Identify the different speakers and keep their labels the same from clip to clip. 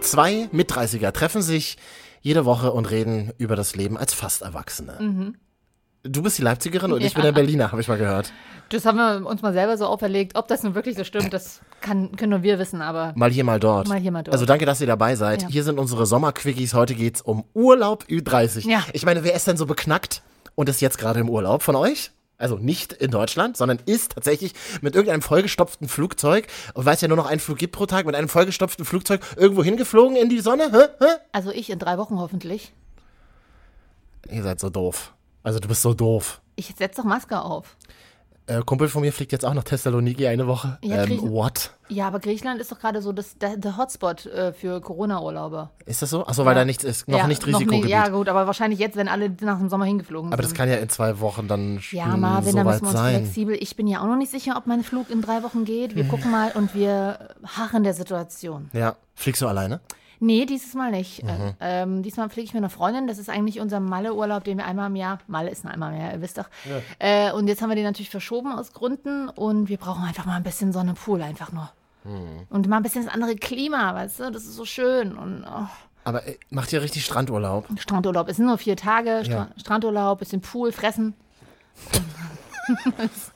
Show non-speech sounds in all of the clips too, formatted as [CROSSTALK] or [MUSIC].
Speaker 1: Zwei Mitdreißiger treffen sich jede Woche und reden über das Leben als fast Erwachsene.
Speaker 2: Mhm.
Speaker 1: Du bist die Leipzigerin und ich bin der Berliner, habe ich mal gehört.
Speaker 2: Das haben wir uns mal selber so auferlegt. Ob das nun wirklich so stimmt, das kann, können nur wir wissen, aber
Speaker 1: Mal hier, mal dort.
Speaker 2: Mal hier, mal dort.
Speaker 1: Also danke, dass ihr dabei seid.
Speaker 2: Ja.
Speaker 1: Hier sind unsere Sommerquickies. Heute geht's um Urlaub Ü30.
Speaker 2: Ja.
Speaker 1: Ich meine, wer ist denn so beknackt und ist jetzt gerade im Urlaub von euch? Also nicht in Deutschland, sondern ist tatsächlich mit irgendeinem vollgestopften Flugzeug, und weil es ja nur noch einen Flug gibt pro Tag, mit einem vollgestopften Flugzeug irgendwo hingeflogen in die Sonne? Hä? Hä?
Speaker 2: also ich in drei Wochen hoffentlich.
Speaker 1: Ihr seid so doof. Also du bist so doof.
Speaker 2: Ich setze doch Maske auf.
Speaker 1: Äh, Kumpel von mir fliegt jetzt auch nach Thessaloniki eine Woche.
Speaker 2: Ja,
Speaker 1: ähm,
Speaker 2: Griechen-
Speaker 1: what?
Speaker 2: Ja, aber Griechenland ist doch gerade so das, der, der Hotspot äh, für Corona-Urlauber.
Speaker 1: Ist das so? Achso, weil da nichts ist. Noch
Speaker 2: ja,
Speaker 1: nicht
Speaker 2: nicht-
Speaker 1: Risikogebiet.
Speaker 2: Ja, gut, aber wahrscheinlich jetzt, wenn alle nach dem Sommer hingeflogen
Speaker 1: Aber das
Speaker 2: sind.
Speaker 1: kann ja in zwei Wochen dann schon
Speaker 2: ja, Marvin, da müssen
Speaker 1: soweit
Speaker 2: wir uns
Speaker 1: sein. Mhm.
Speaker 2: flexibel. Ich bin ja auch noch nicht sicher, ob mein Flug in drei Wochen geht. Wir gucken mal und wir harren der Situation.
Speaker 1: Ja. Fliegst du alleine?
Speaker 2: Nee, dieses Mal
Speaker 1: Mhm.
Speaker 2: nicht. Äh, Ähm, diesmal fliege ich mit einer Freundin. Das ist eigentlich unser Malle-Urlaub, den wir einmal im Jahr. Malle ist nur einmal im Jahr, ihr wisst doch. Äh, und jetzt haben wir den natürlich verschoben aus Gründen und wir brauchen einfach mal ein bisschen Sonne, Pool einfach nur.
Speaker 1: Mhm.
Speaker 2: Und mal ein bisschen das andere Klima, weißt du? Das ist so schön. Und oh,
Speaker 1: Aber äh, macht ihr richtig Strandurlaub?
Speaker 2: Strandurlaub. Es sind nur vier Tage. Stra Strandurlaub, bisschen Pool, fressen.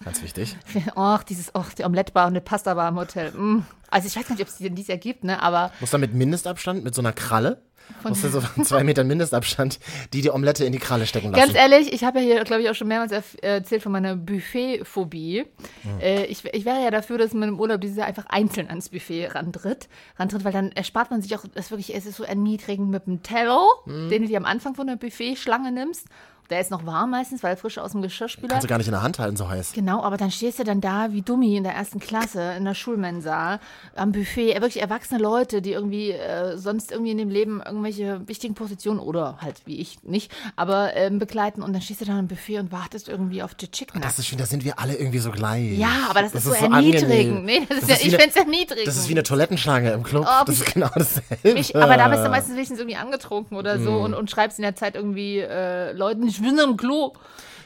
Speaker 1: Ganz wichtig.
Speaker 2: [LAUGHS] Och, dieses, och, die Omelettbar und eine Pastabar im Hotel. Mm. Also ich weiß gar nicht, ob es die dies Jahr gibt, ne? Aber
Speaker 1: Muss dann mit Mindestabstand, mit so einer Kralle, musst du so [LAUGHS] von zwei Metern Mindestabstand, die die Omelette in die Kralle stecken lassen.
Speaker 2: Ganz ehrlich, ich habe ja hier, glaube ich, auch schon mehrmals erf- äh, erzählt von meiner Buffetphobie.
Speaker 1: Hm.
Speaker 2: Äh, ich, w- ich wäre ja dafür, dass man im Urlaub dieses Jahr einfach einzeln ans Buffet rantritt, rantritt weil dann erspart man sich auch das wirklich, es ist so erniedrigend mit dem Teller,
Speaker 1: Hm.
Speaker 2: den du dir am Anfang von der Buffetschlange nimmst. Der ist noch warm meistens, weil frisch aus dem Geschirrspüler.
Speaker 1: Kannst du gar nicht in der Hand halten, so heiß.
Speaker 2: Genau, aber dann stehst du dann da wie Dummi in der ersten Klasse, in der Schulmensa, am Buffet. Äh, Wirklich erwachsene Leute, die irgendwie äh, sonst irgendwie in dem Leben irgendwelche wichtigen Positionen oder halt wie ich nicht, aber ähm, begleiten. Und dann stehst du dann am Buffet und wartest irgendwie auf die Chicken.
Speaker 1: Ah, Das ist schön, da sind wir alle irgendwie so gleich.
Speaker 2: Ja, aber das ist so
Speaker 1: angenehm.
Speaker 2: erniedrigend. Nee, das ist ja-
Speaker 1: wie
Speaker 2: ich
Speaker 1: eine-
Speaker 2: find's erniedrigend.
Speaker 1: Das ist wie eine Toilettenschlange im Club.
Speaker 2: Oh,
Speaker 1: das
Speaker 2: mich-
Speaker 1: ist genau dasselbe.
Speaker 2: ich, aber da bist
Speaker 1: Äh.
Speaker 2: du meistens wenigstens irgendwie angetrunken oder
Speaker 1: Mhm.
Speaker 2: so und, und schreibst in der Zeit irgendwie äh, Leuten, ich bin im Klo.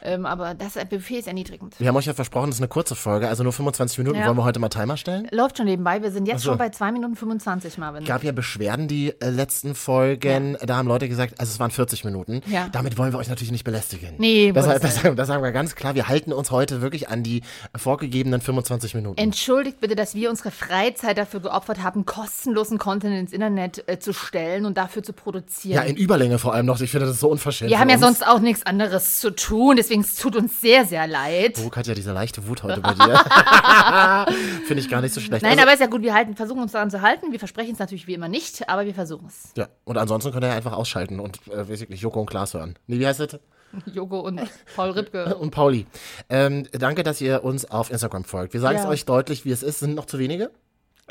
Speaker 2: Ähm, aber das äh, Buffet ist erniedrigend.
Speaker 1: wir haben euch ja versprochen, das ist eine kurze Folge, also nur 25 Minuten.
Speaker 2: Ja.
Speaker 1: Wollen wir heute mal Timer stellen?
Speaker 2: Läuft schon nebenbei, wir sind jetzt
Speaker 1: so.
Speaker 2: schon bei 2 Minuten 25, Marvin.
Speaker 1: gab ja Beschwerden die äh, letzten Folgen. Da haben Leute gesagt, also es waren 40 Minuten.
Speaker 2: Ja.
Speaker 1: Damit wollen wir euch natürlich nicht belästigen.
Speaker 2: Nee,
Speaker 1: das,
Speaker 2: Gottes
Speaker 1: das, sagen- das sagen wir ganz klar. Wir halten uns heute wirklich an die vorgegebenen 25 Minuten.
Speaker 2: Entschuldigt bitte, dass wir unsere Freizeit dafür geopfert haben, kostenlosen Content ins Internet äh, zu stellen und dafür zu
Speaker 1: ja,
Speaker 2: produzieren.
Speaker 1: in Überlänge vor allem noch. Ich finde das ist so unverschämt.
Speaker 2: wir
Speaker 1: von
Speaker 2: haben ja
Speaker 1: uns.
Speaker 2: sonst auch nichts anderes zu tun, deswegen es tut uns sehr, sehr leid.
Speaker 1: Brooke hat ja diese leichte Wut heute bei dir. [LAUGHS] finde ich gar nicht so schlecht.
Speaker 2: Nein,
Speaker 1: Also-
Speaker 2: aber ist ja gut, wir halten, versuchen uns daran zu halten. Wir versprechen es natürlich wie immer nicht, aber wir versuchen es. [LAUGHS]
Speaker 1: Ja, und ansonsten könnt ihr einfach ausschalten und äh, weiß ich nicht, Joko und Klaas hören. Nee, wie heißt das?
Speaker 2: Jogo und Paul
Speaker 1: [LAUGHS]
Speaker 2: Ripke.
Speaker 1: Und Pauli. Ähm, danke, dass ihr uns auf Instagram folgt. Wir sagen es
Speaker 2: Ja.
Speaker 1: euch deutlich, wie es ist. Sind noch zu wenige?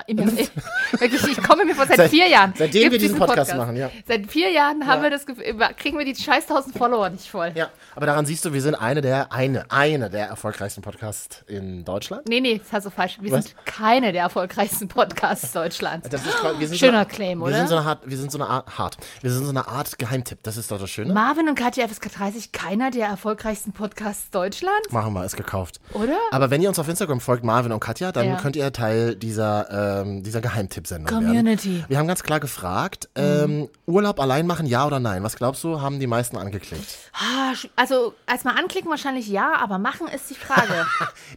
Speaker 2: Immer- [LAUGHS] Wirklich, ich komme mir vor seit,
Speaker 1: Seit-
Speaker 2: vier Jahren.
Speaker 1: seitdem
Speaker 2: gibt's
Speaker 1: wir diesen Podcast machen, ja.
Speaker 2: Seit vier Jahren haben wir das Gefühl, kriegen wir die scheiß 1000 Follower nicht voll.
Speaker 1: Ja, aber daran siehst du, wir sind eine der, eine, eine der erfolgreichsten Podcasts in Deutschland.
Speaker 2: Nee, nee, das hast du falsch. Wir
Speaker 1: Was? Also
Speaker 2: sind keine der erfolgreichsten Podcasts Deutschlands.
Speaker 1: Das ist, quasi- wir sind
Speaker 2: Schöner
Speaker 1: so, eine-
Speaker 2: Claim,
Speaker 1: wir
Speaker 2: oder?
Speaker 1: Sind so eine Art, wir sind so eine Art, hart. Wir sind so eine Art Geheimtipp. Das ist doch das Schöne.
Speaker 2: Marvin und Katja FSK 30, keiner der erfolgreichsten Podcasts Deutschlands,
Speaker 1: Machen wir, ist gekauft.
Speaker 2: oder?
Speaker 1: Aber wenn ihr uns auf Instagram folgt, Marvin und Katja, dann
Speaker 2: Ja.
Speaker 1: könnt ihr Teil dieser, ähm, dieser Geheimtipp-Sendung werden.
Speaker 2: Community. Mhm.
Speaker 1: Wir haben ganz klar gefragt, ähm, Urlaub allein machen, ja oder nein? Was glaubst du, haben die meisten angeklickt?
Speaker 2: Ah, sch- Also, erstmal anklicken wahrscheinlich ja, aber machen ist die Frage.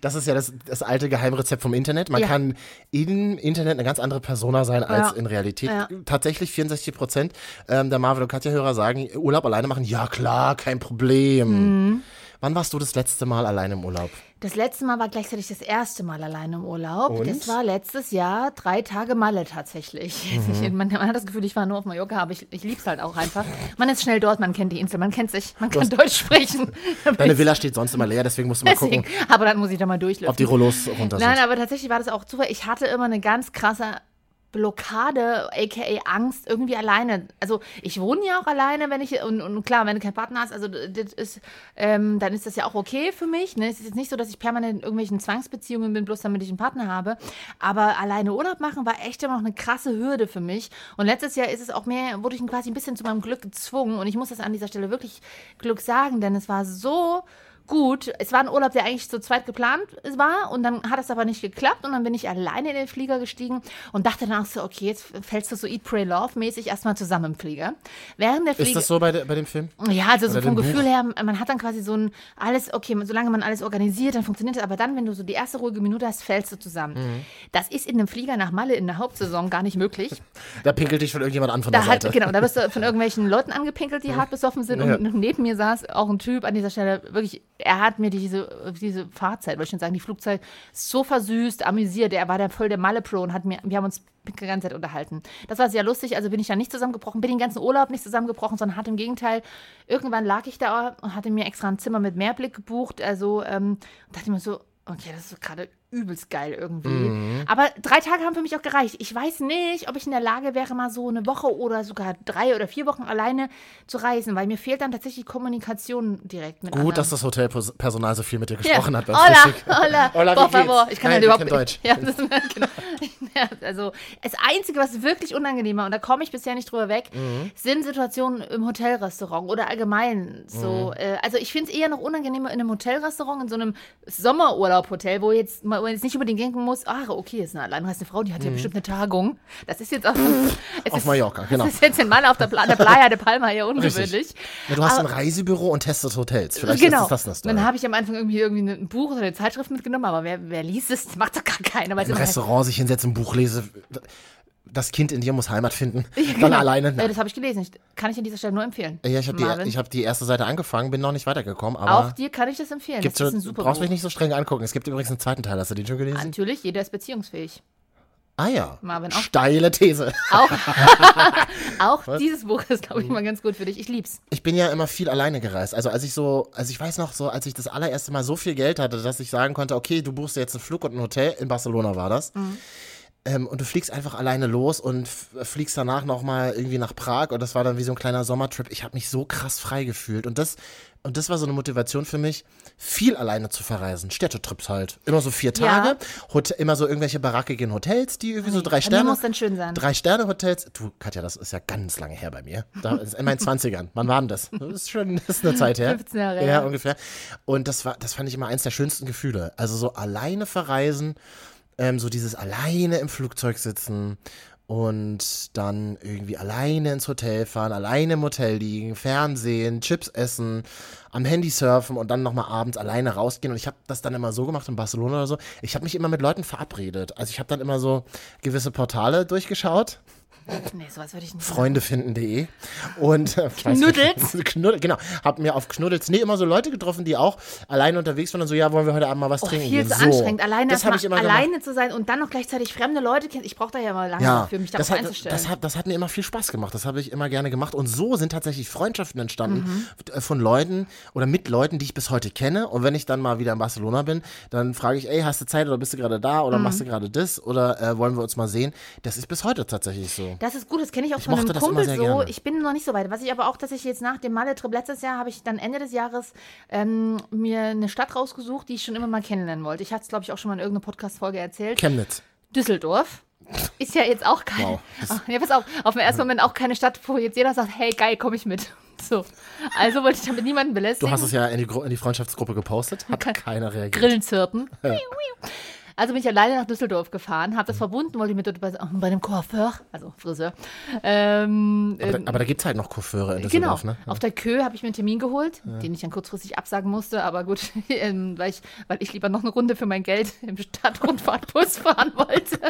Speaker 1: Das ist ja das, das alte Geheimrezept vom Internet. Man
Speaker 2: Ja.
Speaker 1: kann im Internet eine ganz andere Persona sein als
Speaker 2: Ja.
Speaker 1: in Realität.
Speaker 2: Ja.
Speaker 1: Tatsächlich 64 Prozent ähm, der Marvin und Katja-Hörer sagen, Urlaub alleine machen, ja klar, kein Problem.
Speaker 2: Mhm.
Speaker 1: Wann warst du das letzte Mal allein im Urlaub?
Speaker 2: [LAUGHS] das letzte Mal war gleichzeitig das erste Mal alleine im Urlaub.
Speaker 1: Und?
Speaker 2: Das war letztes Jahr drei Tage Malle tatsächlich. [LAUGHS] Man, man hat das Gefühl, ich war nur auf Mallorca, aber ich, ich liebe es halt auch einfach. Man ist schnell dort, man kennt die Insel, man kennt sich, man kann Deutsch [LAUGHS] sprechen.
Speaker 1: Deine Villa steht sonst immer leer, deswegen musst du mal
Speaker 2: Deswegen,
Speaker 1: gucken,
Speaker 2: aber dann muss ich da mal durchlösen.
Speaker 1: ob die Rollos runter sind.
Speaker 2: Nein, aber tatsächlich war das auch Zufall. Ich hatte immer eine ganz krasse Blockade, aka Angst, irgendwie alleine. Also ich wohne ja auch alleine, wenn ich, und, und klar, wenn du keinen Partner hast, also das ist, ähm, dann ist das ja auch okay für mich. Ne? Es ist jetzt nicht so, dass ich permanent in irgendwelchen Zwangsbeziehungen bin, bloß damit ich einen Partner habe. Aber alleine Urlaub machen war echt immer noch eine krasse Hürde für mich. Und letztes Jahr ist es auch mehr, wurde ich quasi ein bisschen zu meinem Glück gezwungen. Und ich muss das an dieser Stelle wirklich Glück sagen, denn es war so gut. Es war ein Urlaub, der eigentlich zu zweit geplant war und dann hat es aber nicht geklappt und dann bin ich alleine in den Flieger gestiegen und dachte danach so, okay, jetzt fällst du so Eat, Pray, Love mäßig erstmal zusammen im Flieger. Während der
Speaker 1: Ist
Speaker 2: Flieger...
Speaker 1: das so bei, de- bei dem Film?
Speaker 2: Ja, also so
Speaker 1: Oder
Speaker 2: vom
Speaker 1: dem
Speaker 2: Gefühl her, man hat dann quasi so ein alles, okay, solange man alles organisiert, dann funktioniert es, aber dann, wenn du so die erste ruhige Minute hast, fällst du zusammen.
Speaker 1: Mhm.
Speaker 2: Das ist in einem Flieger nach Malle in der Hauptsaison gar nicht möglich.
Speaker 1: Da pinkelt dich schon irgendjemand an von
Speaker 2: Da
Speaker 1: der
Speaker 2: hat,
Speaker 1: Seite.
Speaker 2: genau, da bist du von irgendwelchen Leuten angepinkelt, die hart besoffen sind.
Speaker 1: Ja.
Speaker 2: Und neben mir saß auch ein Typ an dieser Stelle, wirklich, er hat mir diese, diese Fahrzeit, wollte ich schon sagen, die Flugzeit so versüßt, amüsiert. Er war dann voll der Malle-Pro und hat mir, wir haben uns die ganze Zeit unterhalten. Das war sehr lustig, also bin ich da nicht zusammengebrochen, bin den ganzen Urlaub nicht zusammengebrochen, sondern hatte im Gegenteil, irgendwann lag ich da und hatte mir extra ein Zimmer mit Mehrblick gebucht. Also ähm, dachte mir so, okay, das ist gerade übelst geil irgendwie.
Speaker 1: Mhm.
Speaker 2: Aber drei Tage haben für mich auch gereicht. Ich weiß nicht, ob ich in der Lage wäre, mal so eine Woche oder sogar drei oder vier Wochen alleine zu reisen, weil mir fehlt dann tatsächlich Kommunikation direkt mit
Speaker 1: Gut, dass
Speaker 2: anderen.
Speaker 1: das Hotelpersonal so viel mit dir gesprochen hat beim
Speaker 2: Hola,
Speaker 1: Frühstück.
Speaker 2: hola,
Speaker 1: [LAUGHS] Hola, wie
Speaker 2: por
Speaker 1: geht's?
Speaker 2: favor. Ich kann
Speaker 1: Hi,
Speaker 2: halt
Speaker 1: wir
Speaker 2: überhaupt
Speaker 1: kennen Deutsch.
Speaker 2: Ja, das, [LAUGHS] genau. ja, also das Einzige, was wirklich unangenehmer und da komme ich bisher nicht drüber weg,
Speaker 1: Mhm.
Speaker 2: sind Situationen im Hotelrestaurant oder allgemein so.
Speaker 1: Mhm.
Speaker 2: Äh, also ich finde es eher noch unangenehmer in einem Hotelrestaurant, in so einem Sommerurlaub-Hotel, wo jetzt man jetzt nicht unbedingt denken muss, ach okay, ist eine alleinreisende Frau, die hat ja bestimmt eine Tagung. Das ist
Speaker 1: [LAUGHS]
Speaker 2: jetzt auf, es
Speaker 1: Mhm. Auf Mallorca, genau.
Speaker 2: Das ist jetzt in Malle auf der, Pla der Playa de Palma ja ungewöhnlich.
Speaker 1: Ja, du hast ein Reisebüro und testest Hotels. Vielleicht
Speaker 2: genau.
Speaker 1: ist das eine Story.
Speaker 2: Dann habe ich am Anfang irgendwie, irgendwie ein Buch oder eine Zeitschrift mitgenommen, aber wer, wer liest es? Das macht doch gar keiner. weil es
Speaker 1: Im
Speaker 2: immer heißt, [LAUGHS]
Speaker 1: Restaurant sich hinsetzen, ein Buch lese. Das Kind in dir muss
Speaker 2: [LAUGHS]
Speaker 1: Heimat finden. Dann alleine.
Speaker 2: Äh, das habe ich gelesen. Ich- Kann ich an dieser Stelle nur empfehlen.
Speaker 1: Ja, ich habe
Speaker 2: Marvin.
Speaker 1: die, ich hab die erste Seite angefangen, bin noch nicht weitergekommen, aber
Speaker 2: Auch dir kann ich das empfehlen.
Speaker 1: gibt's
Speaker 2: das ist ein
Speaker 1: schon,
Speaker 2: super
Speaker 1: brauchst
Speaker 2: Buch.
Speaker 1: mich nicht so streng angucken. Es gibt übrigens einen zweiten Teil, hast du den schon gelesen?
Speaker 2: Natürlich, jeder ist
Speaker 1: [LAUGHS]
Speaker 2: beziehungsfähig.
Speaker 1: ah ja,
Speaker 2: Marvin, auch-
Speaker 1: steile These.
Speaker 2: Auch, [LAUGHS] auch dieses Buch ist,
Speaker 1: Hm.
Speaker 2: glaube ich, mal ganz gut für dich. Ich lieb's.
Speaker 1: Ich bin ja immer viel alleine gereist. Also als ich so, also ich weiß noch so, als ich das allererste Mal so viel Geld hatte, dass ich sagen konnte, okay, du buchst dir jetzt einen Flug und ein Hotel, in Barcelona war das.
Speaker 2: Mhm.
Speaker 1: Ähm, und du fliegst einfach alleine los und f- fliegst danach nochmal irgendwie nach Prag und das war dann wie so ein kleiner Sommertrip. Ich habe mich so krass frei gefühlt und das, und das war so eine Motivation für mich, viel alleine zu verreisen. Städtetrips halt. Immer so vier
Speaker 2: Ja.
Speaker 1: Tage, Hotel, immer so irgendwelche barackigen Hotels, die irgendwie so drei
Speaker 2: Bei mir
Speaker 1: Sterne.
Speaker 2: muss dann schön sein.
Speaker 1: Drei-Sterne-Hotels. Du, Katja, das ist ja ganz lange her bei mir. Da, das ist in meinen 20ern. Wann war denn das? Das ist schon das ist eine Zeit her.
Speaker 2: 15 Jahre
Speaker 1: Ja,
Speaker 2: her.
Speaker 1: ungefähr. Und das war, das fand ich immer eins der schönsten Gefühle. Also so alleine verreisen, ähm, so dieses alleine im Flugzeug sitzen und dann irgendwie alleine ins Hotel fahren, alleine im Hotel liegen, Fernsehen, Chips essen, am Handy surfen und dann nochmal abends alleine rausgehen. Und ich habe das dann immer so gemacht in Barcelona oder so. Ich habe mich immer mit Leuten verabredet. Also ich habe dann immer so gewisse Portale durchgeschaut.
Speaker 2: Nee, sowas würde ich nicht.
Speaker 1: Freundefinden.de und äh, ich weiß
Speaker 2: Knuddels?
Speaker 1: nicht, [LAUGHS] Knuddel, genau, hab mir auf Knuddels, nee, immer so Leute getroffen, die auch alleine unterwegs waren und so, ja, wollen wir heute Abend mal was
Speaker 2: Oh,
Speaker 1: trinken
Speaker 2: viel
Speaker 1: gehen.
Speaker 2: zu
Speaker 1: so.
Speaker 2: anstrengend, alleine,
Speaker 1: das hab
Speaker 2: erstmal
Speaker 1: ich immer gemacht.
Speaker 2: alleine zu sein und dann noch gleichzeitig fremde Leute kennen. Ich brauche da ja mal lange
Speaker 1: Ja,
Speaker 2: für mich darauf
Speaker 1: das hat,
Speaker 2: einzustellen.
Speaker 1: das, hat, das hat mir immer viel Spaß gemacht. Das habe ich immer gerne gemacht. Und so sind tatsächlich Freundschaften entstanden
Speaker 2: Mhm.
Speaker 1: äh, von Leuten oder mit Leuten, die ich bis heute kenne. Und wenn ich dann mal wieder in Barcelona bin, dann frage ich, ey, hast du Zeit oder bist du gerade da oder
Speaker 2: Mhm.
Speaker 1: machst du gerade das oder äh, wollen wir uns mal sehen? Das ist bis heute tatsächlich so.
Speaker 2: Das ist gut, das kenne ich auch
Speaker 1: Ich
Speaker 2: von einem
Speaker 1: mochte das immer
Speaker 2: Kumpel so.
Speaker 1: sehr gerne.
Speaker 2: Ich bin noch nicht so weit. Was ich aber auch, dass ich jetzt nach dem Malle-Trip letztes Jahr, habe ich dann Ende des Jahres ähm, mir eine Stadt rausgesucht, die ich schon immer mal kennenlernen wollte. Ich hatte es, glaube ich, auch schon mal in irgendeiner Podcast-Folge erzählt.
Speaker 1: Chemnitz.
Speaker 2: Düsseldorf. Ist ja jetzt auch keine.
Speaker 1: Wow, das-
Speaker 2: ja, pass auf, auf den ersten Moment auch keine Stadt, wo jetzt jeder sagt, hey, geil, komme ich mit. [LAUGHS] So. Also wollte ich damit niemanden belästigen.
Speaker 1: Du hast es ja in die, Gru- in die Freundschaftsgruppe gepostet, hat keiner reagiert.
Speaker 2: Grillen
Speaker 1: [LAUGHS]
Speaker 2: zirpen. Also bin ich alleine nach Düsseldorf gefahren,
Speaker 1: Mhm.
Speaker 2: habe das verbunden, wollte mir dort bei, bei einem Coiffeur, also Friseur, ähm,
Speaker 1: Aber,
Speaker 2: ähm,
Speaker 1: da- aber da gibt es halt noch Coiffeure in
Speaker 2: Genau.
Speaker 1: Düsseldorf, ne?
Speaker 2: Auf der Kö habe ich mir einen Termin geholt, den ich dann kurzfristig absagen musste, aber gut, [LAUGHS] ähm, weil, ich, weil ich lieber noch eine Runde für mein Geld im Stadtrundfahrtbus [LAUGHS] fahren
Speaker 1: [LAUGHS]
Speaker 2: wollte.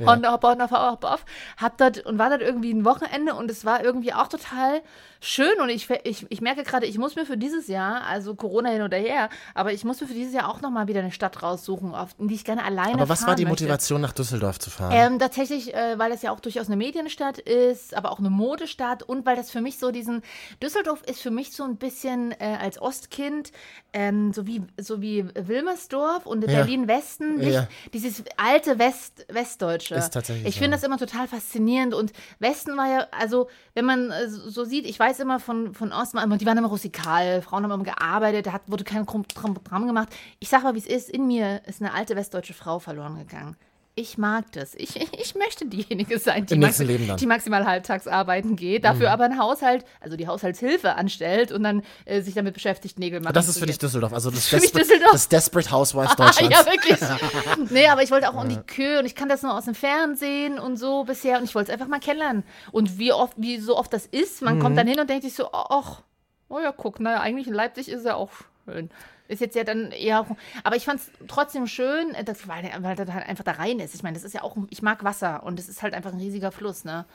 Speaker 2: Honda, hopp, Honda, hopp, hopp, hopp. Hab dort und war dort irgendwie ein Wochenende und es war irgendwie auch total schön und ich, ich, ich merke gerade, ich muss mir für dieses Jahr, also Corona hin oder her, aber ich muss mir für dieses Jahr auch nochmal wieder eine Stadt raussuchen, auf, in die ich gerne alleine
Speaker 1: Aber was
Speaker 2: fahren
Speaker 1: war die
Speaker 2: möchte.
Speaker 1: Motivation, nach Düsseldorf zu fahren?
Speaker 2: Ähm, tatsächlich, äh, weil das ja auch durchaus eine Medienstadt ist, aber auch eine Modestadt und weil das für mich so diesen Düsseldorf ist für mich so ein bisschen äh, als Ostkind ähm, so wie so wie Wilmersdorf und Berlin Westen,
Speaker 1: Ja.
Speaker 2: dieses alte West, Westdeutsche.
Speaker 1: Ist tatsächlich
Speaker 2: ich
Speaker 1: so.
Speaker 2: finde das immer total faszinierend. Und Westen war ja, also, wenn man äh, so sieht, ich weiß immer von, von Osten, war immer, die waren immer rustikal, Frauen haben immer gearbeitet, da hat, wurde kein Krumm- Tram Tram gemacht. Ich sage mal, wie es ist, in mir ist eine alte westdeutsche Frau verloren gegangen. Ich mag das. Ich, ich möchte diejenige sein, die,
Speaker 1: Im nächsten
Speaker 2: maxi-
Speaker 1: Leben dann. Mhm.
Speaker 2: die maximal halbtags arbeiten geht, dafür aber einen Haushalt, also die Haushaltshilfe anstellt und dann äh, sich damit beschäftigt, Nägel machen.
Speaker 1: Das ist
Speaker 2: zu
Speaker 1: für
Speaker 2: gehen.
Speaker 1: dich Düsseldorf, also
Speaker 2: [LAUGHS]
Speaker 1: das,
Speaker 2: für mich
Speaker 1: Desperate-
Speaker 2: Düsseldorf.
Speaker 1: das Desperate Housewives
Speaker 2: [LAUGHS]
Speaker 1: Deutschlands.
Speaker 2: Ah, ja,
Speaker 1: [LAUGHS]
Speaker 2: wirklich. Nee, aber ich wollte auch um die Kühe und ich kann das nur aus dem Fernsehen und so bisher und ich wollte es einfach mal kennenlernen. Und wie oft, wie so oft das ist, man
Speaker 1: Mhm.
Speaker 2: kommt dann hin und denkt sich so, ach, oh ja, guck, naja, eigentlich in Leipzig ist ja auch schön. Ist jetzt ja dann eher. Aber ich fand es trotzdem schön, äh, dass- weil, weil das halt einfach da rein ist. Ich meine, das ist ja auch. Ich mag Wasser und es ist halt einfach ein riesiger Fluss, ne?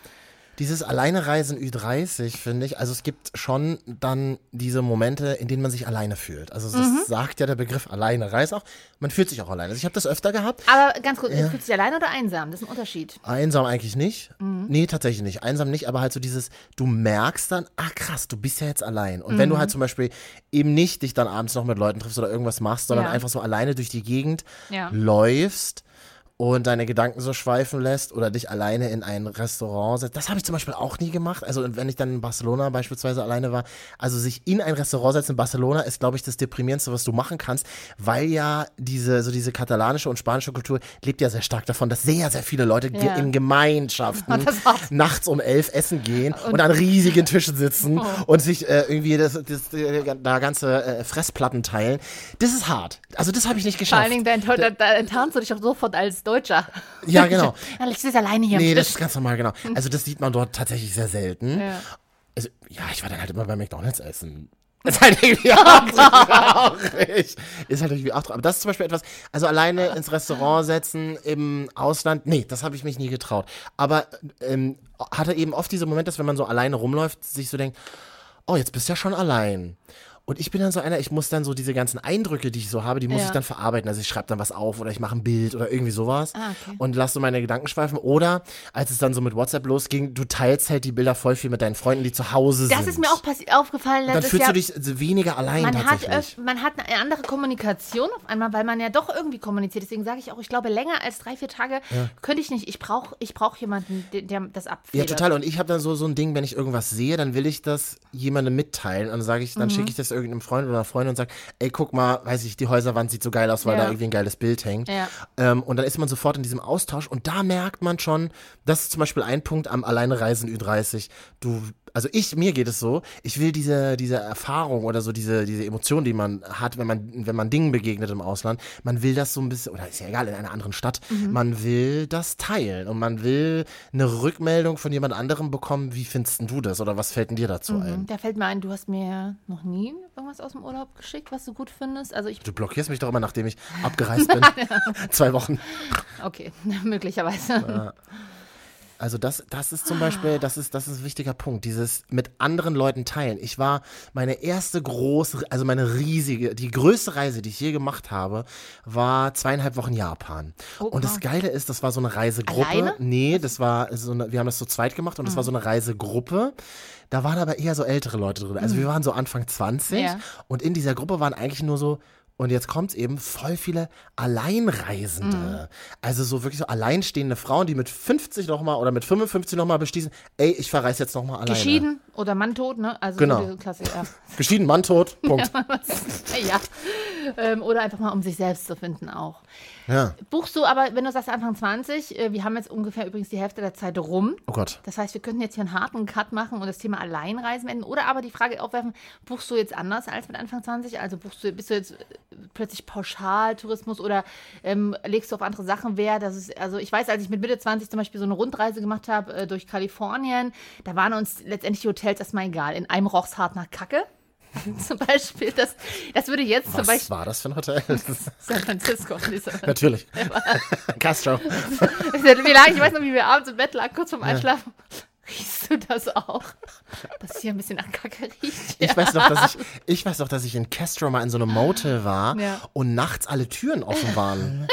Speaker 1: Dieses Alleinereisen Ü30, finde ich, also es gibt schon dann diese Momente, in denen man sich alleine fühlt. Also das
Speaker 2: Mhm.
Speaker 1: sagt ja der Begriff alleine reis auch. Man fühlt sich auch alleine. Also ich habe das öfter gehabt.
Speaker 2: Aber ganz kurz, fühlst du dich allein oder einsam? Das ist ein Unterschied.
Speaker 1: Einsam eigentlich nicht.
Speaker 2: Mhm.
Speaker 1: Nee, tatsächlich nicht. Einsam nicht, aber halt so dieses, du merkst dann, ah krass, du bist ja jetzt allein. Und wenn du halt
Speaker 2: Mhm.
Speaker 1: zum Beispiel eben nicht dich dann abends noch mit Leuten triffst oder irgendwas machst, sondern
Speaker 2: Ja.
Speaker 1: einfach so alleine durch die Gegend
Speaker 2: Ja.
Speaker 1: läufst und deine Gedanken so schweifen lässt oder dich alleine in ein Restaurant setzt. Das habe ich zum Beispiel auch nie gemacht. Also und wenn ich dann in Barcelona beispielsweise alleine war, also sich in ein Restaurant setzen in Barcelona ist, glaube ich, das deprimierendste, was du machen kannst, weil ja diese so diese katalanische und spanische Kultur lebt ja sehr stark davon, dass sehr sehr viele Leute ge-
Speaker 2: Ja.
Speaker 1: in Gemeinschaften
Speaker 2: [LAUGHS] Das war's.
Speaker 1: nachts um elf essen gehen und, an riesigen Tischen sitzen
Speaker 2: Oh.
Speaker 1: und sich äh, irgendwie das, das, da ganze äh, Fressplatten teilen. Das ist hart. Also das habe ich nicht
Speaker 2: Vor
Speaker 1: geschafft.
Speaker 2: allen Dingen, dann- da da enttarnst du dich auch sofort als Deutscher. [LAUGHS]
Speaker 1: Ja, genau.
Speaker 2: Alex ist alleine hier. am
Speaker 1: Nee,
Speaker 2: Tisch.
Speaker 1: das ist ganz normal, genau. Also das sieht man dort tatsächlich sehr selten.
Speaker 2: Hm. Ja.
Speaker 1: Also, ja, ich war dann halt immer bei McDonalds essen. Ist halt irgendwie auch traurig. Ist halt irgendwie auch traurig. Aber das ist zum Beispiel etwas, also alleine ins Restaurant setzen im Ausland, nee, das habe ich mich nie getraut. Aber ähm, hatte eben oft diese Momente, dass wenn man so alleine rumläuft, sich so denkt, oh, jetzt bist du ja schon allein. Und ich bin dann so einer, ich muss dann so diese ganzen Eindrücke, die ich so habe, die muss
Speaker 2: Ja.
Speaker 1: ich dann verarbeiten. Also ich schreibe dann was auf oder ich mache ein Bild oder irgendwie sowas
Speaker 2: Ah, okay.
Speaker 1: und lasse so meine Gedanken schweifen. Oder als es dann so mit WhatsApp losging, du teilst halt die Bilder voll viel mit deinen Freunden, die zu Hause sind.
Speaker 2: Das ist mir auch passi- aufgefallen
Speaker 1: Dann
Speaker 2: letztes
Speaker 1: fühlst
Speaker 2: Jahr.
Speaker 1: du dich so weniger allein
Speaker 2: Man hat,
Speaker 1: tatsächlich.
Speaker 2: öf- man hat eine andere Kommunikation auf einmal, weil man ja doch irgendwie kommuniziert. Deswegen sage ich auch, ich glaube, länger als drei, vier Tage könnte ich nicht. Ich brauche ich brauch jemanden, der, der das
Speaker 1: ja,
Speaker 2: abfedert.
Speaker 1: total. Und ich habe dann so, so ein Ding, wenn ich irgendwas sehe, dann will ich das jemandem mitteilen. Und dann sage ich, dann
Speaker 2: Mhm.
Speaker 1: schicke ich das irgendeinem Freund oder einer Freundin und sage, ey, guck mal, weiß ich, die Häuserwand sieht so geil aus, weil
Speaker 2: Ja.
Speaker 1: da irgendwie ein geiles Bild hängt.
Speaker 2: Ja.
Speaker 1: Ähm, und dann ist man sofort in diesem Austausch und da merkt man schon, das ist zum Beispiel ein Punkt am Alleinereisen Ü30. Du, also ich, mir geht es so, ich will diese, diese Erfahrung oder so diese, diese Emotion, die man hat, wenn man, wenn man Dingen begegnet im Ausland, man will das so ein bisschen, oder ist ja egal, in einer anderen Stadt, man will das teilen und man will eine Rückmeldung von jemand anderem bekommen, wie findest denn du das oder was fällt denn dir dazu ein?
Speaker 2: Da fällt mir ein, du hast mir noch nie irgendwas aus dem Urlaub geschickt, was du gut findest. Also ich,
Speaker 1: Du blockierst mich doch immer, nachdem ich abgereist bin. Zwei Wochen.
Speaker 2: okay, [LAUGHS]
Speaker 1: Äh,
Speaker 2: möglicherweise.
Speaker 1: Also das, das ist zum Beispiel, das ist, das ist ein wichtiger Punkt, dieses mit anderen Leuten teilen. Ich war meine erste große, also meine riesige, die größte Reise, die ich je gemacht habe, war zweieinhalb Wochen Japan. und das Geile ist, das war so eine Reisegruppe.
Speaker 2: Alleine?
Speaker 1: Nee, das war so eine, wir haben das zu zweit gemacht und das
Speaker 2: Mhm.
Speaker 1: war so eine Reisegruppe. Da waren aber eher so ältere Leute drin. Also wir waren so Anfang 20
Speaker 2: Mhm. Ja.
Speaker 1: und in dieser Gruppe waren eigentlich nur so, und jetzt kommt's eben, voll viele Alleinreisende.
Speaker 2: Mhm.
Speaker 1: Also so wirklich so alleinstehende Frauen, die mit 50 nochmal oder mit 55 nochmal beschließen, ey, ich verreise jetzt nochmal alleine.
Speaker 2: Geschieden oder Mann tot, ne? Also
Speaker 1: Genau.
Speaker 2: so diese Klasse, ja. [LAUGHS]
Speaker 1: Geschieden, Mann tot, Punkt.
Speaker 2: ja. Ähm, oder einfach mal, um sich selbst zu finden auch.
Speaker 1: Ja.
Speaker 2: Buchst du aber, wenn du sagst Anfang 20, äh, wir haben jetzt ungefähr übrigens die Hälfte der Zeit rum.
Speaker 1: Oh Gott.
Speaker 2: Das heißt, wir könnten jetzt hier einen harten Cut machen und das Thema Alleinreisen enden. Oder aber die Frage aufwerfen, buchst du jetzt anders als mit Anfang 20? Also buchst du, bist du jetzt äh, plötzlich Pauschaltourismus oder ähm, legst du auf andere Sachen Wert? Das ist, also ich weiß, als ich mit Mitte 20 zum Beispiel so eine Rundreise gemacht habe äh, durch Kalifornien, da waren uns letztendlich die Hotels erstmal egal. In einem roch's hart nach Kacke. [LAUGHS] zum Beispiel, das, das würde jetzt zum
Speaker 1: Was [LAUGHS]
Speaker 2: Beispiel
Speaker 1: war das für ein Hotel?
Speaker 2: San Francisco. [LAUGHS] Lisa.
Speaker 1: Natürlich. Castro.
Speaker 2: Wir lagen, ich weiß noch, wie wir abends im Bett lagen, kurz vorm Einschlafen. [LAUGHS] Riechst du das auch? Dass es hier ein bisschen an Kacke riecht.
Speaker 1: Ich weiß, noch, dass ich, ich weiß noch, dass ich in Castro mal in so einem Motel war
Speaker 2: Ja.
Speaker 1: und nachts alle Türen offen waren.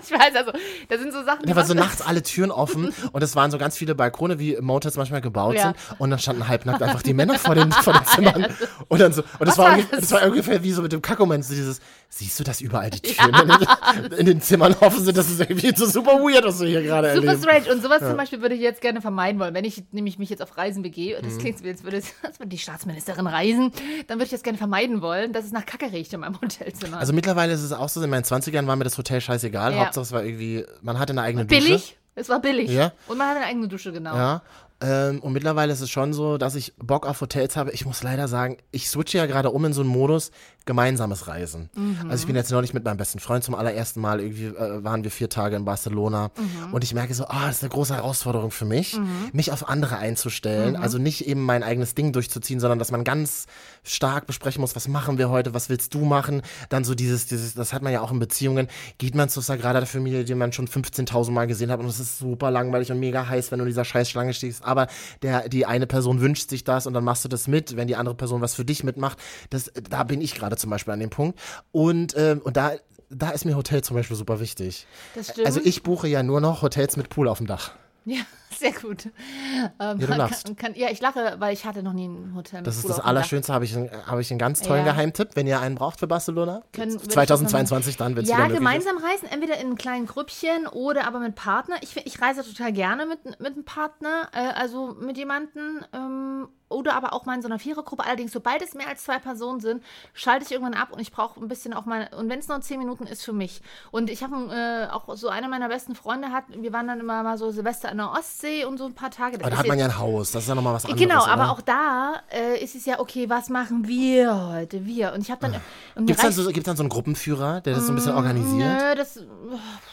Speaker 2: Ich weiß, also, das sind so Sachen,
Speaker 1: Da waren so
Speaker 2: machen-
Speaker 1: nachts alle Türen offen und es waren so ganz viele Balkone, wie Motels manchmal gebaut
Speaker 2: Ja.
Speaker 1: sind. Und dann standen halbnackt einfach die Männer vor den, vor
Speaker 2: [LAUGHS]
Speaker 1: den Zimmern. Und dann so, und das war,
Speaker 2: war
Speaker 1: unge-
Speaker 2: das?
Speaker 1: das war ungefähr wie so mit dem Kackoment, so dieses, siehst du, dass überall die Türen in, den, in den Zimmern offen sind? Das ist irgendwie so super weird, was wir hier gerade
Speaker 2: Super
Speaker 1: erleben.
Speaker 2: strange. Und sowas zum Beispiel würde ich jetzt gerne vermeiden wollen. Wenn ich nämlich mich jetzt auf Reisen begehe,
Speaker 1: Mhm.
Speaker 2: und das klingt so, als würde, es- als würde die Staatsministerin reisen, dann würde ich das gerne vermeiden wollen, dass es nach Kacke riecht in meinem Hotelzimmer.
Speaker 1: Also mittlerweile ist es auch so, in meinen 20ern war mir das Hotel scheißegal.
Speaker 2: Ja.
Speaker 1: Hauptsache es war irgendwie, man hatte eine eigene Dusche.
Speaker 2: billig? Es war billig.
Speaker 1: Ja.
Speaker 2: Und man hat eine eigene Dusche, genau.
Speaker 1: Ja. Ähm, und mittlerweile ist es schon so, dass ich Bock auf Hotels habe. Ich muss leider sagen, ich switche ja gerade um in so einen Modus gemeinsames Reisen. Also ich bin jetzt neulich mit meinem besten Freund zum allerersten Mal, irgendwie äh, waren wir vier Tage in Barcelona und ich merke so, ah, das ist eine große Herausforderung für mich, mich auf andere einzustellen. Also nicht eben mein eigenes Ding durchzuziehen, sondern dass man ganz stark besprechen muss, was machen wir heute, was willst du machen. Dann so dieses, dieses, das hat man ja auch in Beziehungen, geht man zur Sagrada Familie, die man schon 15.000 Mal gesehen hat und es ist super langweilig und mega heiß, wenn du in dieser scheiß Schlange stehst, aber der, die eine Person wünscht sich das und dann machst du das mit, wenn die andere Person was für dich mitmacht, das, da bin ich gerade zum Beispiel an dem Punkt und, ähm, und da, da ist mir Hotel zum Beispiel super wichtig.
Speaker 2: Das stimmt.
Speaker 1: Also ich buche ja nur noch Hotels mit Pool auf dem Dach.
Speaker 2: Ja, sehr gut. Ähm, ja,
Speaker 1: du lachst.
Speaker 2: Kann, kann, ja, ich lache, weil ich hatte noch nie ein Hotel mit
Speaker 1: Das ist
Speaker 2: Pool
Speaker 1: das
Speaker 2: auf dem Dach.
Speaker 1: Allerschönste, habe ich, einen- habe ich einen ganz tollen
Speaker 2: Ja.
Speaker 1: Geheimtipp, wenn ihr einen braucht für Barcelona.
Speaker 2: Können- würde ich das
Speaker 1: 2022 dann, wenn es
Speaker 2: Ja,
Speaker 1: wieder möglich ist.
Speaker 2: gemeinsam reisen, entweder in kleinen Grüppchen oder aber mit Partner. Ich, fi- ich reise total gerne mit, mit einem Partner, äh, also mit jemandem ähm, oder aber auch mal in so einer Vierergruppe. Allerdings, sobald es mehr als zwei Personen sind, schalte ich irgendwann ab und ich brauche ein bisschen auch mal, und wenn es nur zehn Minuten ist für mich. Und ich habe äh, auch so einer meiner besten Freunde hat, wir waren dann immer mal so Silvester an der Ostsee und so ein paar Tage. Das
Speaker 1: Aber da
Speaker 2: ist
Speaker 1: hat man
Speaker 2: jetzt-
Speaker 1: ja ein Haus, das ist ja nochmal was anderes.
Speaker 2: Genau,
Speaker 1: oder?
Speaker 2: aber auch da äh, ist es ja, okay, was machen wir heute? Wir. Und ich habe dann. und mir
Speaker 1: Gibt es dann,
Speaker 2: reicht-
Speaker 1: so, Ah. gibt's dann so einen Gruppenführer, der das so ein
Speaker 2: Mm.
Speaker 1: bisschen organisiert?
Speaker 2: Nö, das äh,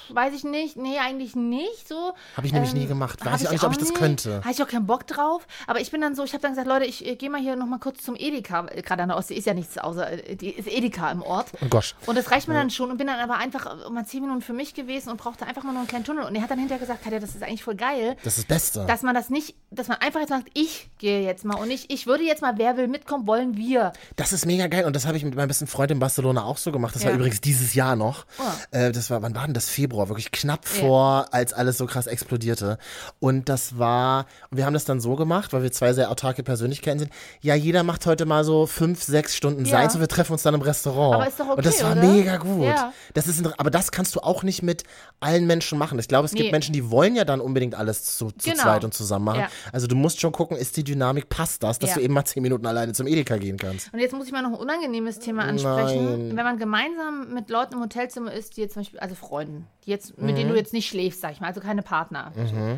Speaker 2: weiß ich nicht. Nee, eigentlich nicht so.
Speaker 1: Habe ich nämlich nie gemacht. Weiß ich auch nicht, ob ich das könnte.
Speaker 2: Habe ich auch keinen Bock drauf. Aber ich bin dann so, ich habe dann gesagt, Leute, ich äh, gehe mal hier nochmal kurz zum Edeka. Äh, Gerade an der Ostsee ist ja nichts außer, äh, die ist Edeka im Ort.
Speaker 1: Oh Gott.
Speaker 2: Und das reicht mir dann schon und bin dann aber einfach äh, mal zehn Minuten für mich gewesen und brauchte einfach mal nur einen kleinen Tunnel. Und er hat dann hinterher gesagt, Katja, das ist eigentlich voll geil,
Speaker 1: Das ist das Beste.
Speaker 2: dass man das nicht, dass man einfach jetzt sagt, ich gehe jetzt mal und nicht, ich würde jetzt mal, wer will mitkommen, wollen wir.
Speaker 1: das ist mega geil. Und das habe ich mit meinem besten Freund in Barcelona auch so gemacht. Das war
Speaker 2: Ja.
Speaker 1: übrigens dieses Jahr noch.
Speaker 2: Oh.
Speaker 1: Äh, das war, wann war denn das? Februar, wirklich knapp vor, als alles so krass explodierte. Und das war, und wir haben das dann so gemacht, weil wir zwei sehr autarke Persönlichkeiten sind. Ja, jeder macht heute mal so fünf, sechs Stunden
Speaker 2: Ja.
Speaker 1: seins und wir treffen uns dann im Restaurant.
Speaker 2: Aber ist doch okay,
Speaker 1: Und das war
Speaker 2: oder?
Speaker 1: mega gut.
Speaker 2: Ja.
Speaker 1: Das ist, ein- aber das kannst du auch nicht mit allen Menschen machen. Ich glaube, es gibt
Speaker 2: Nee.
Speaker 1: Menschen, die wollen ja dann unbedingt alles zu, zu
Speaker 2: Genau.
Speaker 1: zweit und zusammen machen.
Speaker 2: Ja.
Speaker 1: Also du musst schon gucken, ist die Dynamik, passt das, dass
Speaker 2: Ja.
Speaker 1: du eben mal zehn Minuten alleine zum Edeka gehen kannst.
Speaker 2: Und jetzt muss ich mal noch ein unangenehmes Thema ansprechen. Wenn man gemeinsam mit Leuten im Hotelzimmer ist, die jetzt zum Beispiel, also Freunden, die jetzt, mit denen du
Speaker 1: Mhm.
Speaker 2: jetzt nicht schläfst, sag ich mal, also keine Partner,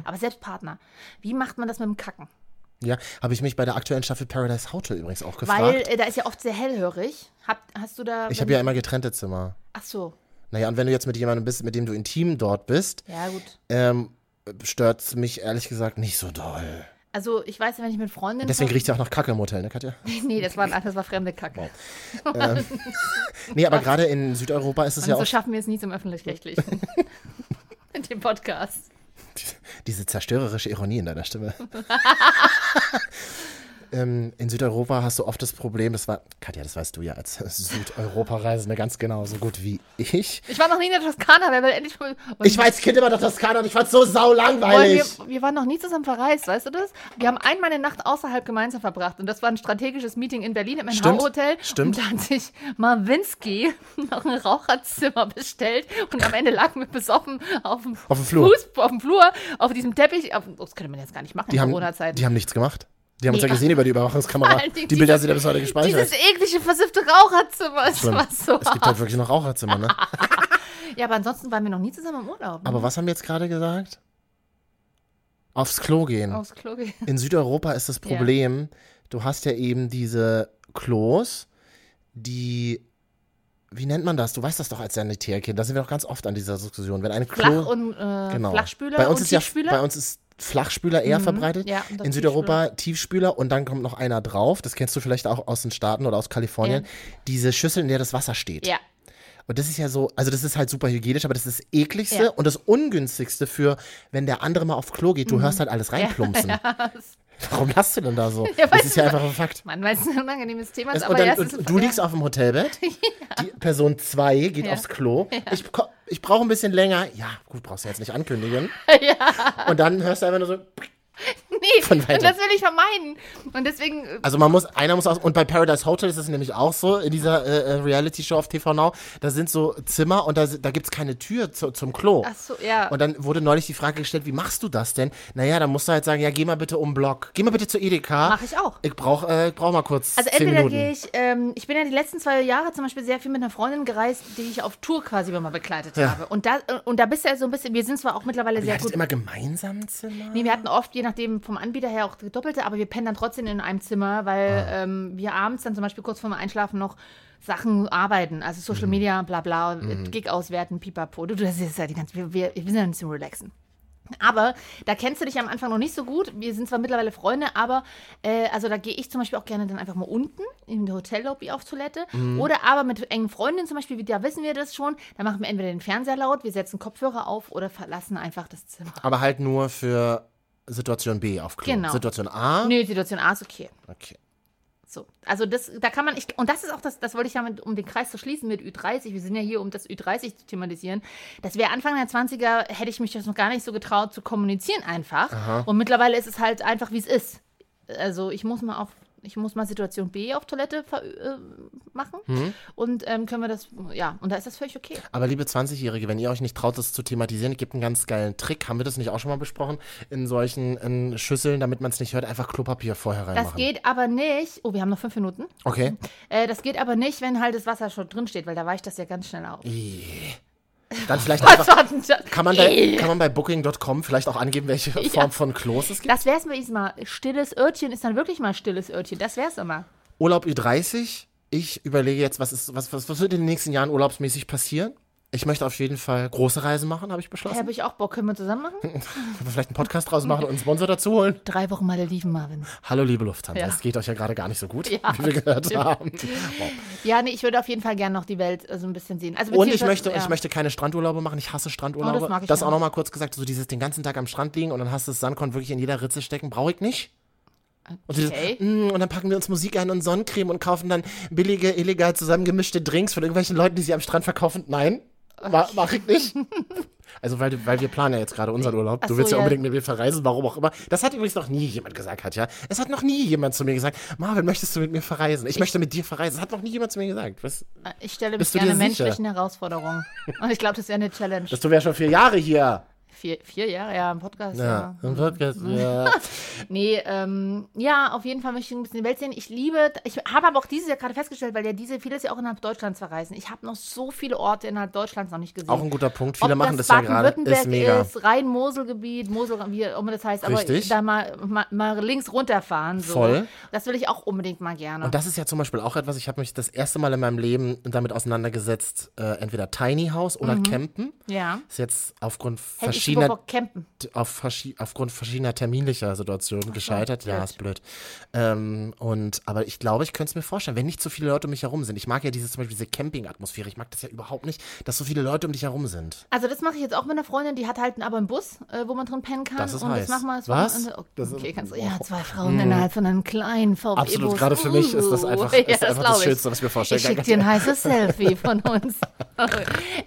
Speaker 2: aber selbst Partner. Wie macht man das mit dem Kacken?
Speaker 1: Ja, habe ich mich bei der aktuellen Staffel Paradise Hotel übrigens auch gefragt.
Speaker 2: Weil ähm, äh, da ist ja oft sehr hellhörig. Hab, hast du da.
Speaker 1: ich habe ja immer getrennte Zimmer.
Speaker 2: Ach so,
Speaker 1: Naja, und wenn du jetzt mit jemandem bist, mit dem du intim dort bist,
Speaker 2: ja, gut.
Speaker 1: ähm, stört's mich ehrlich gesagt nicht so doll.
Speaker 2: Also ich weiß, wenn ich mit Freundinnen.
Speaker 1: Deswegen riecht ja auch nach Kacke im Hotel,
Speaker 2: [LAUGHS]
Speaker 1: ne, Katja?
Speaker 2: Nee, das war, das war fremde Kacke.
Speaker 1: Nee, aber gerade in Südeuropa ist es
Speaker 2: Und
Speaker 1: ja
Speaker 2: so
Speaker 1: auch
Speaker 2: schaffen wir es nie zum
Speaker 1: [LAUGHS]
Speaker 2: Öffentlich-Rechtlichen. [LAUGHS] mit dem Podcast.
Speaker 1: diese zerstörerische Ironie in
Speaker 2: [LAUGHS]
Speaker 1: deiner Stimme. ähm, in Südeuropa hast du oft das Problem, das war, Katja, das weißt du ja als Südeuropa-Reisende ganz genau, so gut wie ich.
Speaker 2: Ich war noch nie in der Toskana, wer will endlich mal. Und
Speaker 1: Ich war als Kind immer noch Toskana und ich fand's so
Speaker 2: Weil
Speaker 1: saulangweilig.
Speaker 2: wir, wir waren noch nie zusammen verreist, weißt du das? Wir haben einmal eine Nacht außerhalb gemeinsam verbracht und das war ein strategisches Meeting in Berlin im
Speaker 1: Stimmt,
Speaker 2: NH-Hotel.
Speaker 1: stimmt.
Speaker 2: Und da hat sich Marwinski [LAUGHS] noch ein Raucherzimmer bestellt und am Ende lagen wir besoffen auf dem,
Speaker 1: Auf dem Flur.
Speaker 2: Fuß, auf dem Flur, auf diesem Teppich. Auf, das könnte man jetzt gar nicht machen
Speaker 1: Die
Speaker 2: in
Speaker 1: haben,
Speaker 2: Corona-Zeiten.
Speaker 1: die haben nichts gemacht. Die haben uns ja
Speaker 2: Nee.
Speaker 1: gesehen über
Speaker 2: [LAUGHS]
Speaker 1: die
Speaker 2: Vor
Speaker 1: Überwachungskamera.
Speaker 2: allen Dingen
Speaker 1: Die Bilder
Speaker 2: dieses-
Speaker 1: sind ja bis heute
Speaker 2: dieses
Speaker 1: gespeichert.
Speaker 2: eklige, versiffte Raucherzimmer. Das
Speaker 1: Schlimm.
Speaker 2: war so.
Speaker 1: Es gibt halt wirklich noch
Speaker 2: [LAUGHS]
Speaker 1: Raucherzimmer, ne?
Speaker 2: Ja, aber ansonsten waren wir noch nie zusammen im Urlaub. ne?
Speaker 1: Aber was haben wir jetzt gerade gesagt? Aufs Klo gehen.
Speaker 2: Aufs Klo gehen.
Speaker 1: In Südeuropa ist das
Speaker 2: Ja.
Speaker 1: Problem, du hast ja eben diese Klos, die. Wie nennt man das? Du weißt das doch als Sanitärkind. Da sind wir doch ganz oft an dieser Diskussion. Wenn eine Klo. genau.
Speaker 2: Flach- und äh, Flachspüler
Speaker 1: bei uns
Speaker 2: und
Speaker 1: ist ja,
Speaker 2: Tiefspüler.
Speaker 1: Bei uns ist Flachspüler eher
Speaker 2: Mhm.
Speaker 1: verbreitet.
Speaker 2: Ja, und dann
Speaker 1: in Südeuropa Tiefspüler und dann kommt noch einer drauf. Das kennst du vielleicht auch aus den Staaten oder aus Kalifornien.
Speaker 2: Ja.
Speaker 1: Diese Schüssel, in der das Wasser steht.
Speaker 2: ja,
Speaker 1: Und das ist ja so, also das ist halt super hygienisch, aber das ist das ekligste
Speaker 2: Ja. Mhm. [LAUGHS]
Speaker 1: und das ungünstigste für, wenn der andere mal auf Klo geht. Du hörst halt alles reinplumpsen. Warum lachst du denn da so?
Speaker 2: Ja,
Speaker 1: das
Speaker 2: weiß
Speaker 1: ist ja
Speaker 2: ich-
Speaker 1: einfach ein Fakt.
Speaker 2: Mann, weil es ein unangenehmes Thema ist,
Speaker 1: Es-
Speaker 2: aber
Speaker 1: und dann,
Speaker 2: ja, es ist
Speaker 1: und du liegst auf
Speaker 2: [LAUGHS]
Speaker 1: dem Hotelbett, die Person 2 geht
Speaker 2: Ja.
Speaker 1: aufs Klo. Ich, ko- ich brauche ein bisschen länger. Ja, gut, brauchst du jetzt nicht ankündigen.
Speaker 2: [LAUGHS] Ja,
Speaker 1: Und dann hörst du einfach nur so.
Speaker 2: nee,
Speaker 1: Von
Speaker 2: und
Speaker 1: weiter.
Speaker 2: das will ich vermeiden. Und deswegen, äh,
Speaker 1: Also man muss, einer muss aus. Und bei Paradise Hotel ist es nämlich auch so, in dieser äh, äh, Reality-Show auf TV Now, da sind so Zimmer und da, si- da gibt es keine Tür zu, zum Klo.
Speaker 2: ach so, ja.
Speaker 1: Und dann wurde neulich die Frage gestellt, wie machst du das denn? Naja, dann musst du halt sagen, ja, geh mal bitte um den Block. Geh mal bitte zu Edeka.
Speaker 2: Mach ich auch.
Speaker 1: Ich brauch, äh, ich brauch mal kurz
Speaker 2: Also
Speaker 1: zehn
Speaker 2: entweder
Speaker 1: Minuten.
Speaker 2: gehe ich, ähm, ich bin ja die letzten zwei Jahre zum Beispiel sehr viel mit einer Freundin gereist, die ich auf Tour quasi immer mal begleitet
Speaker 1: Ja.
Speaker 2: habe. Und da, äh, und da bist du ja so ein bisschen, wir sind zwar auch mittlerweile
Speaker 1: Ihr
Speaker 2: sehr
Speaker 1: hattet
Speaker 2: gut.
Speaker 1: immer gemeinsam ein Zimmer?
Speaker 2: Nee, wir hatten oft, je nachdem vom Anbieter her auch doppelte, aber wir pennen dann trotzdem in einem Zimmer, weil ähm, wir abends dann zum Beispiel kurz vorm Einschlafen noch Sachen arbeiten, also Social Media, bla bla, Gig auswerten, pipapo. Du, du, das ist ja die ganze, wir, wir, wir sind ja ein bisschen relaxen. Aber da kennst du dich am Anfang noch nicht so gut. Wir sind zwar mittlerweile Freunde, aber äh, also da gehe ich zum Beispiel auch gerne dann einfach mal unten in der Hotellobby auf Toilette. Oder aber mit engen Freundinnen zum Beispiel, da wissen wir das schon, da machen wir entweder den Fernseher laut, wir setzen Kopfhörer auf oder verlassen einfach das Zimmer.
Speaker 1: Aber halt nur für Situation B auf Klo.
Speaker 2: Genau.
Speaker 1: Situation A.
Speaker 2: Nö, Situation A ist okay.
Speaker 1: Okay.
Speaker 2: So, also das, da kann man, ich, und das ist auch das, das wollte ich damit, um den Kreis zu schließen mit Ü30, wir sind ja hier, um das Ü30 zu thematisieren, das wäre Anfang der 20er, hätte ich mich das noch gar nicht so getraut zu kommunizieren einfach. Und mittlerweile ist es halt einfach, wie es ist. Also ich muss mal auf, ich muss mal Situation B auf Toilette ver, äh, machen und ähm, können wir das, ja, und da ist das völlig okay.
Speaker 1: Aber liebe 20-Jährige, wenn ihr euch nicht traut, das zu thematisieren, gibt einen ganz geilen Trick. Haben wir das nicht auch schon mal besprochen? In solchen in Schüsseln, damit man es nicht hört, einfach Klopapier vorher reinmachen.
Speaker 2: Das geht aber nicht, oh, wir haben noch fünf Minuten,
Speaker 1: Okay.
Speaker 2: äh, das geht aber nicht, wenn halt das Wasser schon drin steht, weil da weicht das ja ganz schnell auf.
Speaker 1: Dann vielleicht einfach.
Speaker 2: war denn [LAUGHS] das?
Speaker 1: Kann man, bei, kann man bei Booking.com vielleicht auch angeben, welche Form von Klos es gibt?
Speaker 2: Das wär's mir diesmal. Stilles Örtchen ist dann wirklich mal stilles Örtchen. Das wär's immer.
Speaker 1: Urlaub Ü30. Ich überlege jetzt, was, ist, was, was, was wird in den nächsten Jahren urlaubsmäßig passieren? Ich möchte auf jeden Fall große Reisen machen, habe ich
Speaker 2: Da
Speaker 1: beschlossen.
Speaker 2: habe ich auch Bock. Können wir zusammen
Speaker 1: Hm.
Speaker 2: machen?
Speaker 1: Können wir vielleicht einen Podcast draus machen und einen Sponsor dazu holen?
Speaker 2: Drei Wochen Malediven, Marvin.
Speaker 1: Hallo, liebe Lufthansa.
Speaker 2: Ja.
Speaker 1: Es geht euch ja gerade gar nicht so gut, wie wir gehört haben. Wow.
Speaker 2: Ja, nee, ich würde auf jeden Fall gerne noch die Welt äh, so ein bisschen sehen. Also,
Speaker 1: Und ich
Speaker 2: beziehungsweise-
Speaker 1: möchte,
Speaker 2: ja.
Speaker 1: ich möchte keine Strandurlaube machen. Ich hasse Strandurlaube.
Speaker 2: Oh, das mag ich
Speaker 1: das
Speaker 2: ja.
Speaker 1: auch nochmal kurz gesagt, so dieses den ganzen Tag am Strand liegen und dann hast du das Sandkorn wirklich in jeder Ritze stecken. Brauche ich nicht. Und, dieses,
Speaker 2: Okay.
Speaker 1: "Mm", und dann packen wir uns Musik ein und Sonnencreme und kaufen dann billige, illegal zusammengemischte Drinks von irgendwelchen Leuten, die sie am Strand verkaufen. Nein, ma mach
Speaker 2: [LAUGHS]
Speaker 1: ich nicht. Also, weil, du- weil wir planen ja jetzt gerade unseren Urlaub.
Speaker 2: Ach
Speaker 1: du
Speaker 2: so,
Speaker 1: willst ja,
Speaker 2: ja.
Speaker 1: unbedingt mit mir verreisen, warum auch immer. Das hat übrigens noch nie jemand gesagt, Katja. Es hat noch nie jemand zu mir gesagt, Marvin, möchtest du mit mir verreisen? Ich möchte mit dir verreisen. Das hat noch nie jemand zu mir gesagt. Was,
Speaker 2: Ich stelle mich
Speaker 1: Bist du
Speaker 2: gerne
Speaker 1: dir sicher?
Speaker 2: menschlichen Herausforderungen. Und ich glaube, das wäre eine Challenge.
Speaker 1: das tun wir ja schon vier Jahre hier.
Speaker 2: Vier, vier Jahre, ja, im Podcast.
Speaker 1: Ja, Mhm.
Speaker 2: Ja.
Speaker 1: im Podcast. Ja.
Speaker 2: Nee, ähm, ja, auf jeden Fall möchte ich ein bisschen die Welt sehen. Ich liebe, ich habe aber auch dieses Jahr gerade festgestellt, weil ja diese vieles ja auch innerhalb Deutschlands verreisen. Ich habe noch so viele Orte innerhalb Deutschlands noch nicht gesehen.
Speaker 1: Auch ein guter Punkt. Viele
Speaker 2: Ob
Speaker 1: machen das, ja gerade.
Speaker 2: Baden-Württemberg
Speaker 1: Ist mega.
Speaker 2: ist Rhein-Mosel-Gebiet, Mosel, wie auch immer das heißt,
Speaker 1: Richtig.
Speaker 2: aber da mal, mal, mal links runterfahren. So.
Speaker 1: Voll.
Speaker 2: Das will ich auch unbedingt mal gerne.
Speaker 1: [LAUGHS] Und das ist ja zum Beispiel auch etwas, ich habe mich das erste Mal in meinem Leben damit auseinandergesetzt, äh, entweder Tiny House oder Campen.
Speaker 2: ja.
Speaker 1: Ist jetzt aufgrund
Speaker 2: Hätte ich super
Speaker 1: verschiedener,
Speaker 2: Bock campen.
Speaker 1: auf verschi aufgrund verschiedener terminlicher Situationen gescheitert. Ja,
Speaker 2: blöd.
Speaker 1: ist blöd. Ähm, und, aber ich glaube, ich könnte es mir vorstellen, wenn nicht so viele Leute um mich herum sind. Ich mag ja dieses, zum Beispiel diese Camping-Atmosphäre. Ich mag das ja überhaupt nicht, dass so viele Leute um dich herum sind.
Speaker 2: Also das mache ich jetzt auch mit einer Freundin, die hat halt aber einen Bus, äh, wo man drin pennen kann.
Speaker 1: Das ist
Speaker 2: und
Speaker 1: heiß.
Speaker 2: das machen wir das
Speaker 1: Was?
Speaker 2: Wochenende. Okay,
Speaker 1: Das ist-
Speaker 2: okay, kannst, du- ja, zwei Frauen innerhalb von einem kleinen VW-Bus.
Speaker 1: Absolut, gerade für mich ist das einfach-
Speaker 2: Uh, [LAUGHS]
Speaker 1: ist einfach das
Speaker 2: glaub ich.
Speaker 1: Schönste, was ich mir vorstellen
Speaker 2: Ich
Speaker 1: kann.
Speaker 2: schicke dir
Speaker 1: [LAUGHS]
Speaker 2: ein heißes Selfie von uns.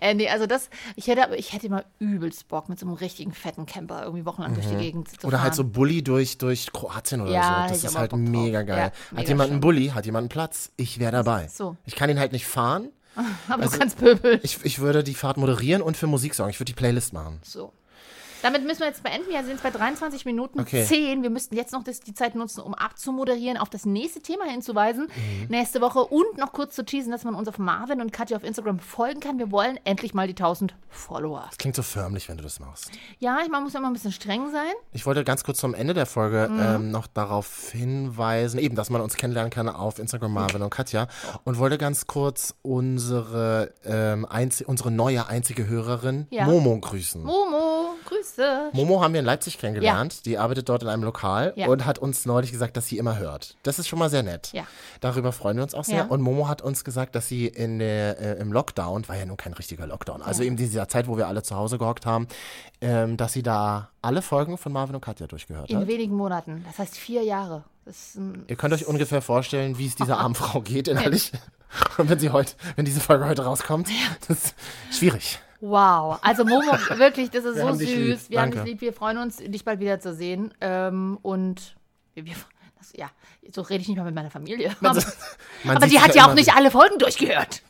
Speaker 2: äh, nee, also das, ich hätte, aber- ich hätte mal übelst Bock, mit so einem richtigen fetten Camper irgendwie wochenlang durch die Gegend zu fahren.
Speaker 1: Oder halt so Bulli durch, durch Kroatien oder
Speaker 2: Ja,
Speaker 1: so.
Speaker 2: hätte
Speaker 1: Das
Speaker 2: ich
Speaker 1: ist
Speaker 2: aber
Speaker 1: halt
Speaker 2: Bock drauf.
Speaker 1: mega
Speaker 2: Ja,
Speaker 1: geil. hat
Speaker 2: mega
Speaker 1: jemand einen
Speaker 2: schön.
Speaker 1: Bulli, hat jemand einen Platz, ich wäre dabei.
Speaker 2: So.
Speaker 1: Ich kann ihn halt nicht fahren.
Speaker 2: Aber
Speaker 1: also
Speaker 2: du kannst pöbeln.
Speaker 1: Ich, ich würde die Fahrt moderieren und für Musik sorgen. Ich würde die Playlist machen.
Speaker 2: So. Damit müssen wir jetzt beenden. Wir sind jetzt bei 23 Minuten
Speaker 1: Okay.
Speaker 2: 10. Wir müssten jetzt noch das, die Zeit nutzen, um abzumoderieren, auf das nächste Thema hinzuweisen. Nächste Woche und noch kurz zu teasen, dass man uns auf Marvin und Katja auf Instagram folgen kann. Wir wollen endlich mal die 1000 Follower.
Speaker 1: Klingt so förmlich, wenn du das machst.
Speaker 2: Ja, ich man muss ja immer ein bisschen streng sein.
Speaker 1: Ich wollte ganz kurz zum Ende der Folge
Speaker 2: Mhm.
Speaker 1: ähm, noch darauf hinweisen, eben, dass man uns kennenlernen kann auf Instagram Marvin und Katja. Und wollte ganz kurz unsere, ähm, einzi- unsere neue einzige Hörerin
Speaker 2: Ja.
Speaker 1: Momo grüßen.
Speaker 2: Momo, Grüße.
Speaker 1: Momo haben wir in Leipzig kennengelernt. Die arbeitet dort in einem Lokal
Speaker 2: Ja.
Speaker 1: und hat uns neulich gesagt, dass sie immer hört. Das ist schon mal sehr nett.
Speaker 2: Ja.
Speaker 1: Darüber freuen wir uns auch sehr.
Speaker 2: Ja.
Speaker 1: Und Momo hat uns gesagt, dass sie in der, äh, im Lockdown, war ja nun kein richtiger Lockdown, also in dieser Zeit, wo wir alle zu Hause gehockt haben, ähm, dass sie da alle Folgen von Marvin und Katja durchgehört
Speaker 2: In
Speaker 1: hat.
Speaker 2: wenigen Monaten. Das heißt vier Jahre. Das ist ein,
Speaker 1: Ihr könnt euch ungefähr vorstellen, wie es
Speaker 2: [LAUGHS]
Speaker 1: dieser armen Frau geht innerlich. Und wenn sie heute, wenn diese Folge heute rauskommt, das ist schwierig.
Speaker 2: wow. Also
Speaker 1: [LAUGHS]
Speaker 2: Momo, wirklich, das ist
Speaker 1: Wir
Speaker 2: so
Speaker 1: haben dich lieb.
Speaker 2: süß. Wir haben dich
Speaker 1: Danke.
Speaker 2: lieb. Wir freuen uns, dich bald wieder zu sehen. Ähm, und wir, wir, das, ja, so rede ich nicht mal mit meiner Familie. Aber,
Speaker 1: Man
Speaker 2: aber
Speaker 1: sieht
Speaker 2: die
Speaker 1: sich
Speaker 2: hat ja auch
Speaker 1: immer
Speaker 2: nicht alle Folgen durchgehört.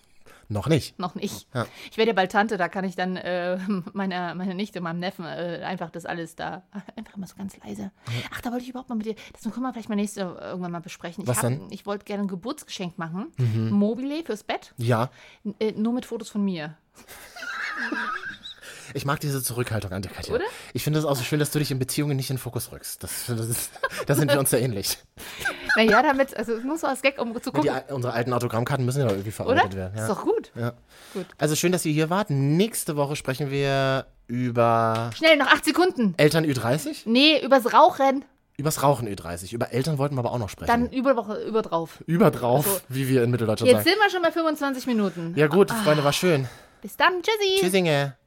Speaker 1: Noch nicht.
Speaker 2: Noch nicht.
Speaker 1: Ja.
Speaker 2: Ich werde ja bald Tante, da kann ich dann äh, [LAUGHS] meiner meine Nichte, meinem Neffen äh, einfach das alles da, [LAUGHS] einfach mal so ganz leise. Ach, da wollte ich überhaupt mal mit dir, das können wir vielleicht mal nächste irgendwann mal besprechen.
Speaker 1: Was
Speaker 2: ich
Speaker 1: denn? Mhm.
Speaker 2: ich wollte gerne ein Geburtsgeschenk machen. Mobile fürs Bett,
Speaker 1: Ja.
Speaker 2: N- äh, nur mit Fotos von mir.
Speaker 1: Ich mag diese Zurückhaltung an dir, Katja.
Speaker 2: Oder?
Speaker 1: Ich finde es auch so schön, dass du dich in Beziehungen nicht in den Fokus rückst. Das, [LAUGHS] das ist, da sind wir uns sehr ähnlich.
Speaker 2: Naja, damit, also es muss so als Gag, um zu
Speaker 1: Die,
Speaker 2: gucken,
Speaker 1: al- unsere alten Autogrammkarten müssen ja irgendwie
Speaker 2: oder?
Speaker 1: verarbeitet werden.
Speaker 2: Ist
Speaker 1: Ja.
Speaker 2: doch gut.
Speaker 1: Also schön, dass ihr hier wart. Nächste Woche sprechen wir über
Speaker 2: Schnell, noch acht Sekunden.
Speaker 1: Eltern Ü30,
Speaker 2: Nee, übers Rauchen,
Speaker 1: übers Rauchen Ü30. Über Eltern wollten wir aber auch noch sprechen.
Speaker 2: dann über Woche, über drauf.
Speaker 1: über drauf,
Speaker 2: Also-
Speaker 1: wie wir in Mitteldeutschland
Speaker 2: Jetzt
Speaker 1: sagen.
Speaker 2: sind Ah. wir schon bei 25 Minuten.
Speaker 1: Ja gut, Freunde, war schön.
Speaker 2: Bis dann, tschüssi.
Speaker 1: Tschüssinge.